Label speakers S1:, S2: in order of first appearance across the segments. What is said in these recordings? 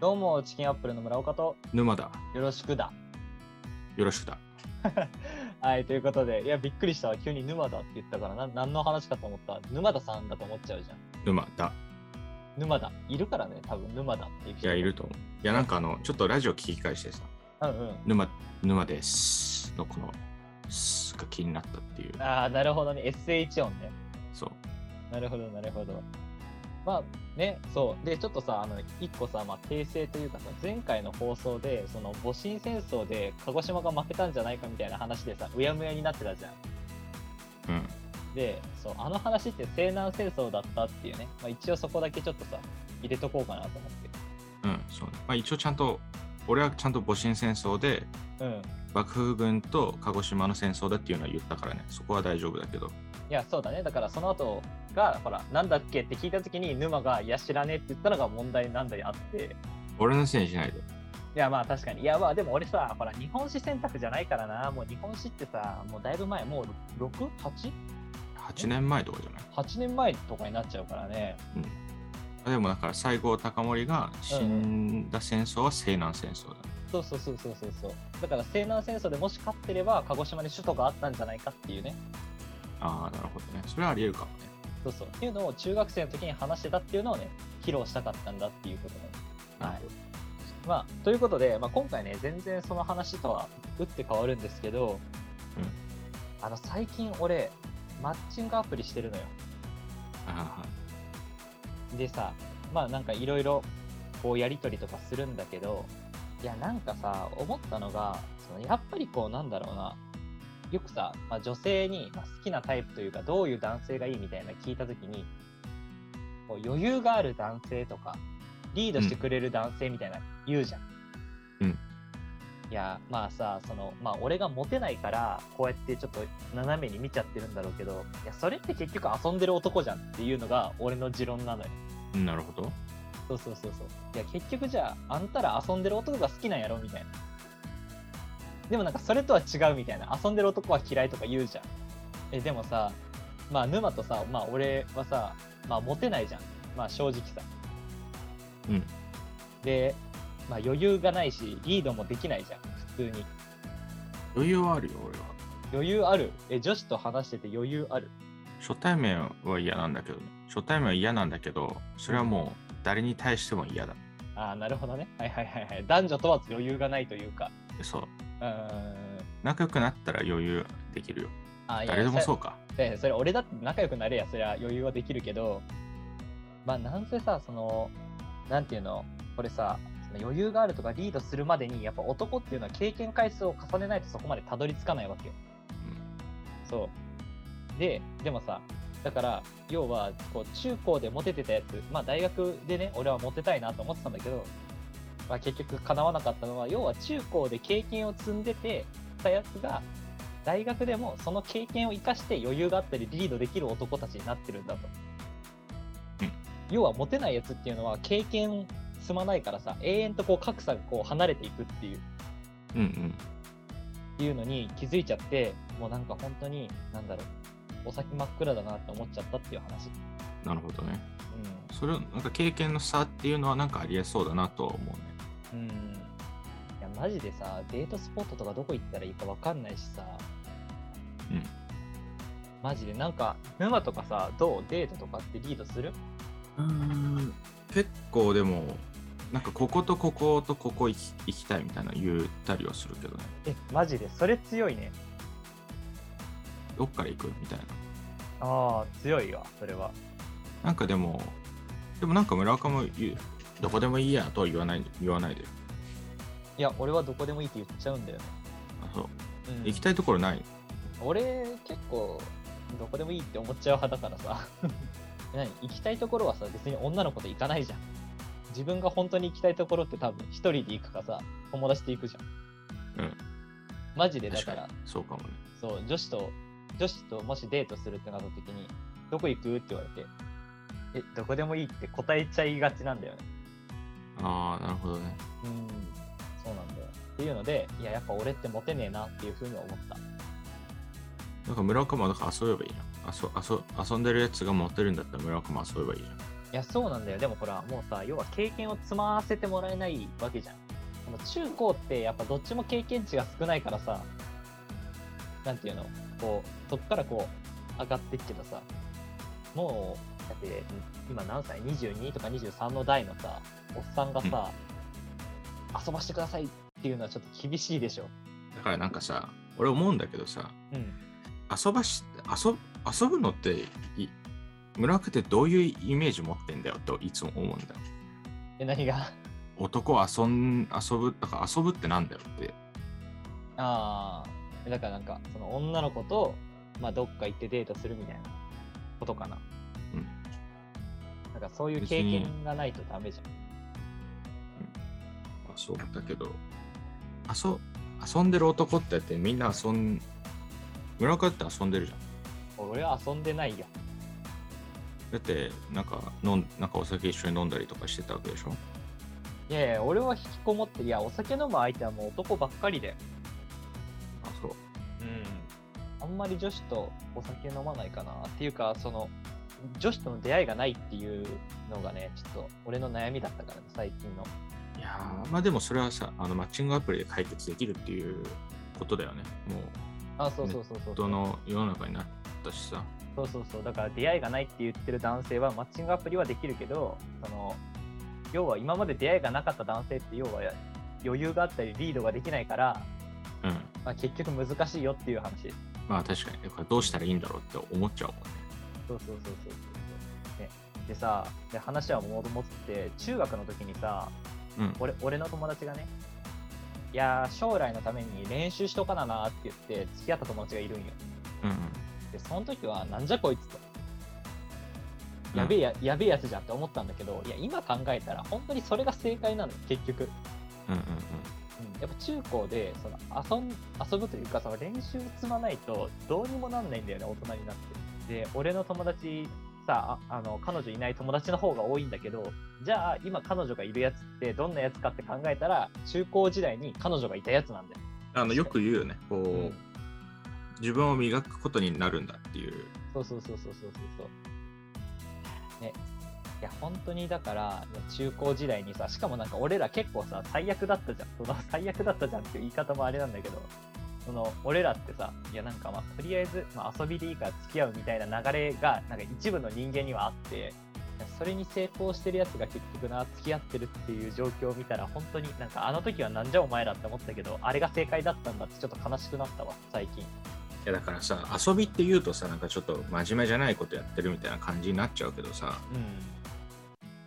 S1: どうも、チキンアップルの村岡と、
S2: 沼だ。
S1: よろしくだ。
S2: よろしくだ。
S1: はい、ということで、いや、びっくりしたわ。急に沼だって言ったから、な何の話かと思ったら、沼田さんだと思っちゃうじゃん。
S2: 沼だ。
S1: 沼田、いるからね、多分沼田っていう
S2: い
S1: 人。
S2: や、いると思う。いや、なんかあの、ちょっとラジオ聞き返してさ、
S1: うんうん。
S2: 沼、沼ですのこの、すが気になったっていう。
S1: ああ、なるほどね。SH 音ね。
S2: そう。
S1: なるほど、なるほど。まあね、そう。で、ちょっとさ、あの、一個さ、まあ、訂正というかさ、前回の放送で、その、戊辰戦争で鹿児島が負けたんじゃないかみたいな話でさ、うやむやになってたじゃん。
S2: うん。
S1: でそうあの話って西南戦争だったっていうね、まあ、一応そこだけちょっとさ入れとこうかなと思って
S2: うん。そうね。まあ一応ちゃんと、俺はちゃんと戊辰戦争で、
S1: うん
S2: 幕府軍と鹿児島の戦争だっていうのは言ったからね、そこは大丈夫だけど。
S1: いやそうだねだからその後がほらなんだっけって聞いた時に沼が「いや知らねえ」って言ったのが問題なんだりあって
S2: 俺のせいにしないで。
S1: いやまあ確かにいやまあでも俺さほら日本史選択じゃないからなもう日本史ってさもうだいぶ前もう 6?8?8
S2: 8年前とかじゃない。
S1: 年前とかになっちゃうからね
S2: うん。あでもだから西郷隆盛が死んだ戦争は西南戦争だ、ね
S1: そうそうそうそうそうそうだから西南戦争でもし勝ってれば鹿児島に首都があったんじゃないかっていうね
S2: ああ、なるほどね。それはあり得るかもね。
S1: そうそう。っていうのを中学生の時に話してたっていうのをね、披露したかったんだっていうことね。はい。まあ、ということで、まあ、今回ね、全然その話とは打って変わるんですけど、あの、最近俺、マッチングアプリしてるのよ。
S2: あ
S1: でさ、まあなんかいろいろ、こうやりとりとかするんだけど、いやなんかさ、思ったのが、そのやっぱりこうなんだろうな、よくさ、まあ、女性にまあ好きなタイプというか、どういう男性がいいみたいな聞いたときに、こう余裕がある男性とか、リードしてくれる男性みたいな言うじゃん。
S2: うん
S1: いや、まあさ、その、まあ俺がモテないから、こうやってちょっと斜めに見ちゃってるんだろうけど、いや、それって結局遊んでる男じゃんっていうのが俺の持論なのよ。
S2: あ、なるほど。
S1: そうそうそうそう。いや、結局じゃあ、あんたら遊んでる男が好きなんやろみたいな。でもなんかそれとは違うみたいな。遊んでる男は嫌いとか言うじゃん。え、でもさ、まあ沼とさ、まあ俺はさ、まあモテないじゃん。まあ正直さ。
S2: うん。
S1: で、まあ余裕がないし、リードもできないじゃん。普通に。
S2: 余裕はあるよ、俺は。
S1: 余裕ある。え、女子と話してて余裕ある。
S2: 初対面は嫌なんだけどね。初対面は嫌なんだけど、それはもう誰に対しても嫌だ。
S1: ああ、なるほどね。はいはいはいはい。男女問わず余裕がないというか。
S2: そう。
S1: うーん。
S2: 仲良くなったら余裕できるよ。
S1: あーいや
S2: 誰でもそうか。
S1: でそれ俺だって仲良くなれやそりゃ余裕はできるけどまあなんせさそのなんていうのこれさその余裕があるとかリードするまでにやっぱ男っていうのは経験回数を重ねないとそこまでたどり着かないわけよそうででもさだから要はこう中高でモテてたやつまあ大学でね俺はモテたいなと思ってたんだけど、まあ、結局叶わなかったのは要は中高で経験を積んでてたやつが大学でもその経験を生かして余裕があったりリードできる男たちになってるんだと、
S2: うん
S1: 要はモテないやつっていうのは経験積まないからさ永遠とこう格差がこう離れていくっていう
S2: うんうん。
S1: っていうのに気づいちゃってもうなんか本当になんだろうお先真っ暗だなって思っちゃったっていう話、
S2: なるほどね。それをなんか経験の差っていうのはなんかありえそうだなとは思うね。
S1: うんうんいやマジでさデートスポットとかどこ行ったらいいか分かんないしさ
S2: うん
S1: マジでなんか沼とかさどうデートとかってリードする
S2: うん。結構でも、なんかこことこことここ行き行きたいみたいなの言ったりはするけどね。
S1: えマジでそれ強いね
S2: どっから行くみたいな。
S1: ああ強いわそれは
S2: なんかでも、でもなんか村岡も言う、どこでもいいやとは言わない、言わないで。
S1: いや俺はどこでもいいって言っちゃうんだよね、
S2: あそう。
S1: うん
S2: 行きたいところない。
S1: 俺結構どこでもいいって思っちゃう派だからさ 何行きたいところはさ別に女の子と行かないじゃん自分が本当に行きたいところって多分一人で行くかさ友達と行くじゃん
S2: うん
S1: マジでだ
S2: 確
S1: か
S2: からに。そうかもね。
S1: そう女子と女子ともしデートするってなった時にどこ行くって言われてえどこでもいいって答えちゃいがちなんだよね
S2: ああ、なるほどね。
S1: うんそうなんだよっていうのでいややっぱ俺ってモテねえなっていうふうに思った
S2: なんか村岡もだから遊べばいいじゃん。遊遊遊んでるやつが持ってるんだったら村岡も遊べばいいじゃん。
S1: いやそうなんだよでもほらもうさ要は経験を積まわせてもらえないわけじゃんでも中高ってやっぱどっちも経験値が少ないからさなんていうのこうそっからこう上がってっけどさもうだって今何歳22とか23の代のさおっさんがさ、遊ばしてくださいっていうのはちょっと厳しいでしょ
S2: だからなんかさ俺思うんだけどさ
S1: うん
S2: 遊ばし遊ぶ遊ぶのってい村岡ってどういうイメージ持ってんだよといつも思うんだよ
S1: え何が
S2: 男は遊ん遊ぶだから遊ぶってなんだよって
S1: ああだからなんかその女の子と、まあ、どっか行ってデートするみたいなことかな
S2: うん
S1: なんかそういう経験がないとダメじゃん
S2: まあそうだけど遊遊んでる男ってやってみんな遊ん村岡って遊んでるじゃん
S1: 俺は遊んでないよ
S2: だってなんか飲んなんかお酒一緒に飲んだりとかしてたわけでしょ
S1: いやいや俺は引きこもっていやお酒飲む相手はもう男ばっかりで
S2: あそう
S1: うんあんまり女子とお酒飲まないかなっていうかその女子との出会いがないっていうのがねちょっと俺の悩みだったからね最近の
S2: いやーまあでもそれはさあのマッチングアプリで解決できるっていうことだよねもう
S1: あそうそうそうそう
S2: 人の世の中になったしさ
S1: そうそうそうだから出会いがないって言ってる男性はマッチングアプリはできるけどその要は今まで出会いがなかった男性って要は余裕があったりリードができないから、
S2: うん
S1: まあ、結局難しいよっていう話です
S2: まあ確かにこれどうしたらいいんだろうって思っちゃうもんね
S1: そうそうそうそうそうそう、ね、でさで話は戻って中学の時にさ、
S2: うん
S1: 俺俺の友達がねいやー将来のために練習しとかななって言って付き合った友達がいるんよ
S2: うん
S1: でその時はなんじゃこいつと
S2: うん
S1: やべえややべえやつじゃんって思ったんだけどいや今考えたら本当にそれが正解なのよ結局、
S2: うんう
S1: う
S2: ん
S1: ん、やっぱ中高でその遊ん遊ぶというかその練習を積まないとどうにもなんないんだよね大人になってで俺の友達さああの彼女いない友達の方が多いんだけどじゃあ今彼女がいるやつってどんなやつかって考えたら中高時代に彼女がいたやつなんだよ
S2: あのよく言うよねこう、
S1: うん
S2: 自分を磨くことになるんだっていう
S1: そうそうそうそうそうそうそう。ね。いや、本当にだから、ね中高時代にさ、しかもなんか俺ら結構さ、最悪だったじゃん。その最悪だったじゃんっていう言い方もあれなんだけど、その俺らってさ、いやなんかまあ、とりあえず、まあ、遊びでいいから付き合うみたいな流れが、なんか一部の人間にはあって、それに成功してるやつが結局な、付き合ってるっていう状況を見たら、本当になんかあの時はなんじゃお前らって思ったけど、あれが正解だったんだってちょっと悲しくなったわ、最近。
S2: いやだからさ遊びって言うとさなんかちょっと真面目じゃないことやってるみたいな感じになっちゃうけどさ
S1: うん。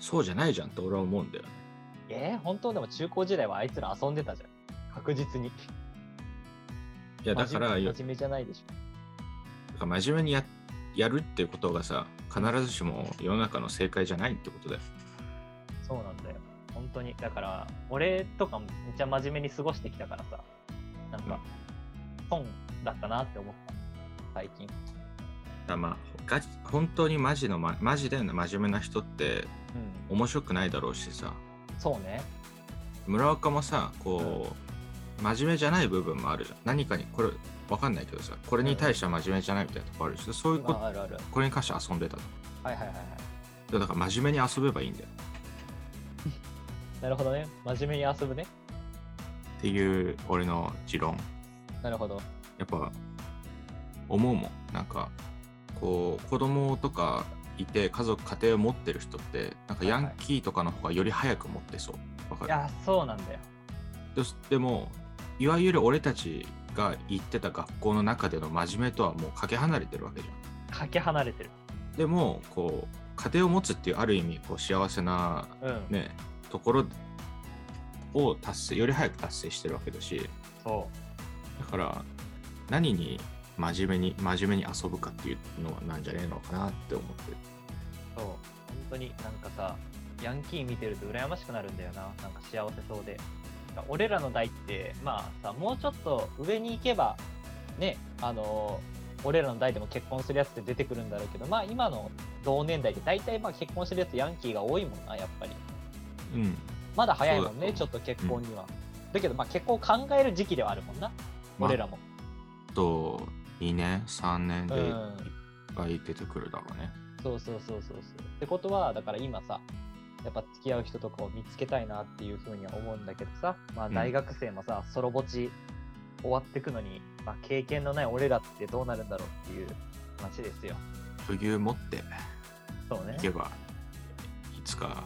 S2: そうじゃないじゃんって俺は思うんだよね
S1: えー、本当でも中高時代はあいつら遊んでたじゃん。確実に。い
S2: いやだから
S1: 真面
S2: よ
S1: 目真面目じゃないでし
S2: だから真面目にややるっていうことがさ必ずしも世の中の正解じゃないってことだよ
S1: ょ。そうなんだよ。本当に。だから、俺とかもめっちゃ真面目に過ごしてきたからさ、なんか、損だったなって思った。最近。
S2: だまあガチ本当にマジの、ま、マジで真面目な人って
S1: う
S2: 面白くないだろうしさ
S1: ん。そうね。
S2: 村岡もさこう、真面目じゃない部分もあるじゃん何かにこれわかんないけどさこれに対しては真面目じゃないみたいなとこあるしそういうこ
S1: ま
S2: と
S1: あ、あるある。
S2: これに関して遊んでたと
S1: はいはいはいはい。
S2: だから真面目に遊べばいいんだよ
S1: なるほどね。真面目に遊ぶね。
S2: っていう俺の持論
S1: なるほど。
S2: やっぱ思うもんなんかこう子供とかいて家族家庭を持ってる人ってなんかヤンキーとかの方がより早く持ってそうわか
S1: い
S2: る
S1: や、そうなんだよ。
S2: ででもいわゆる俺たちが行ってた学校の中での真面目とはもうかけ離れてるわけじゃ
S1: かけ離れてる。
S2: んでもこう家庭を持つっていうある意味こう幸せな
S1: うん。
S2: ねところを達成より早く達成してるわけだし
S1: そ
S2: だから何に真面目に真面目に遊ぶかっていうのはなんじゃねえのかなって思ってる
S1: う。そう。本当になんかさ、ヤンキー見てると羨ましくなるんだよな、なんか幸せそうで。俺らの代って、まあさ、もうちょっと上に行けば、ね、あのー俺らの代でも結婚するやつって出てくるんだろうけど、まあ今の同年代って大体まあ結婚してるやつヤンキーが多いもんな、やっぱり。
S2: うん
S1: まだ早いもん
S2: そうだ
S1: ね、ちょっと結婚には。だけどまあ結婚を考える時期ではあるもんな、
S2: まあ
S1: 俺らも。
S2: あと2年3年で
S1: う
S2: い
S1: ん
S2: っぱい出てくるだろうね、
S1: そうそうそうそうそう。ってことは、だから今さ、やっぱ付き合う人とかを見つけたいなっていうふうには思うんだけどさ、まあ、
S2: うん
S1: 大学生もさ、ソロぼち終わってくのに、まあ、経験のない俺らってどうなるんだろうっていう話ですよ。
S2: 余裕持って
S1: そうね
S2: い。けば、いつか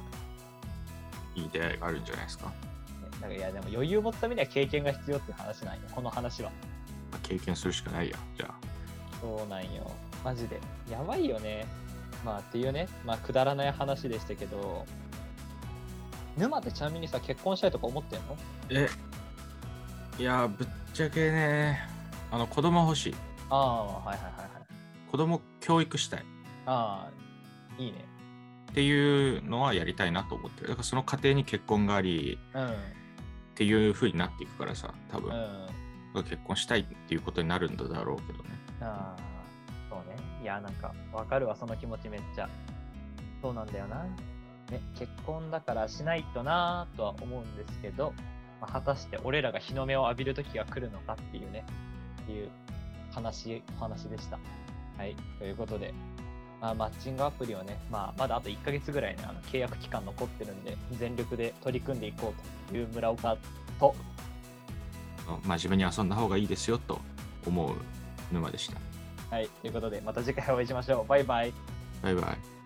S2: いい出会いがあるんじゃないですか。ま
S1: なんかいやでも余裕持つためには経験が必要っていう話なんよ、この話は。
S2: あ経験するしかないや、じゃあ。
S1: そうなんよ。マジで。やばいよね。まあっていうね、まあくだらない話でしたけど、沼ってちなみにさ、結婚したいとか思ってんの
S2: え、いや、ぶっちゃけね、あの、子供欲しい。
S1: ああ、はいはいはいはい。
S2: 子供教育したい。
S1: ああ、いいね。
S2: っていうのはやりたいなと思ってるだからその過程に結婚があり
S1: う
S2: っていう風になっていくからさ多
S1: ん。うん。あ
S2: 分、結婚したいっていうことになるんだろうけどね
S1: あ、そうね。いや、なんか、わかるわ、その気持ちめっちゃ。そうなんだよな。ね、結婚だからしないとなぁとは思うんですけど、まあ果たして俺らが日の目を浴びる時が来るのかっていうね、っていう話、お話でした。はい。ということで、まあ、マッチングアプリをね、まあ、まだあと1ヶ月ぐらいね、あの契約期間残ってるんで、全力で取り組んでいこうという村岡と、
S2: 真面目に遊んだ方がいいですよと思う沼でした
S1: はい。ということで、また次回お会いしましょう。バイバイ。
S2: バイバイ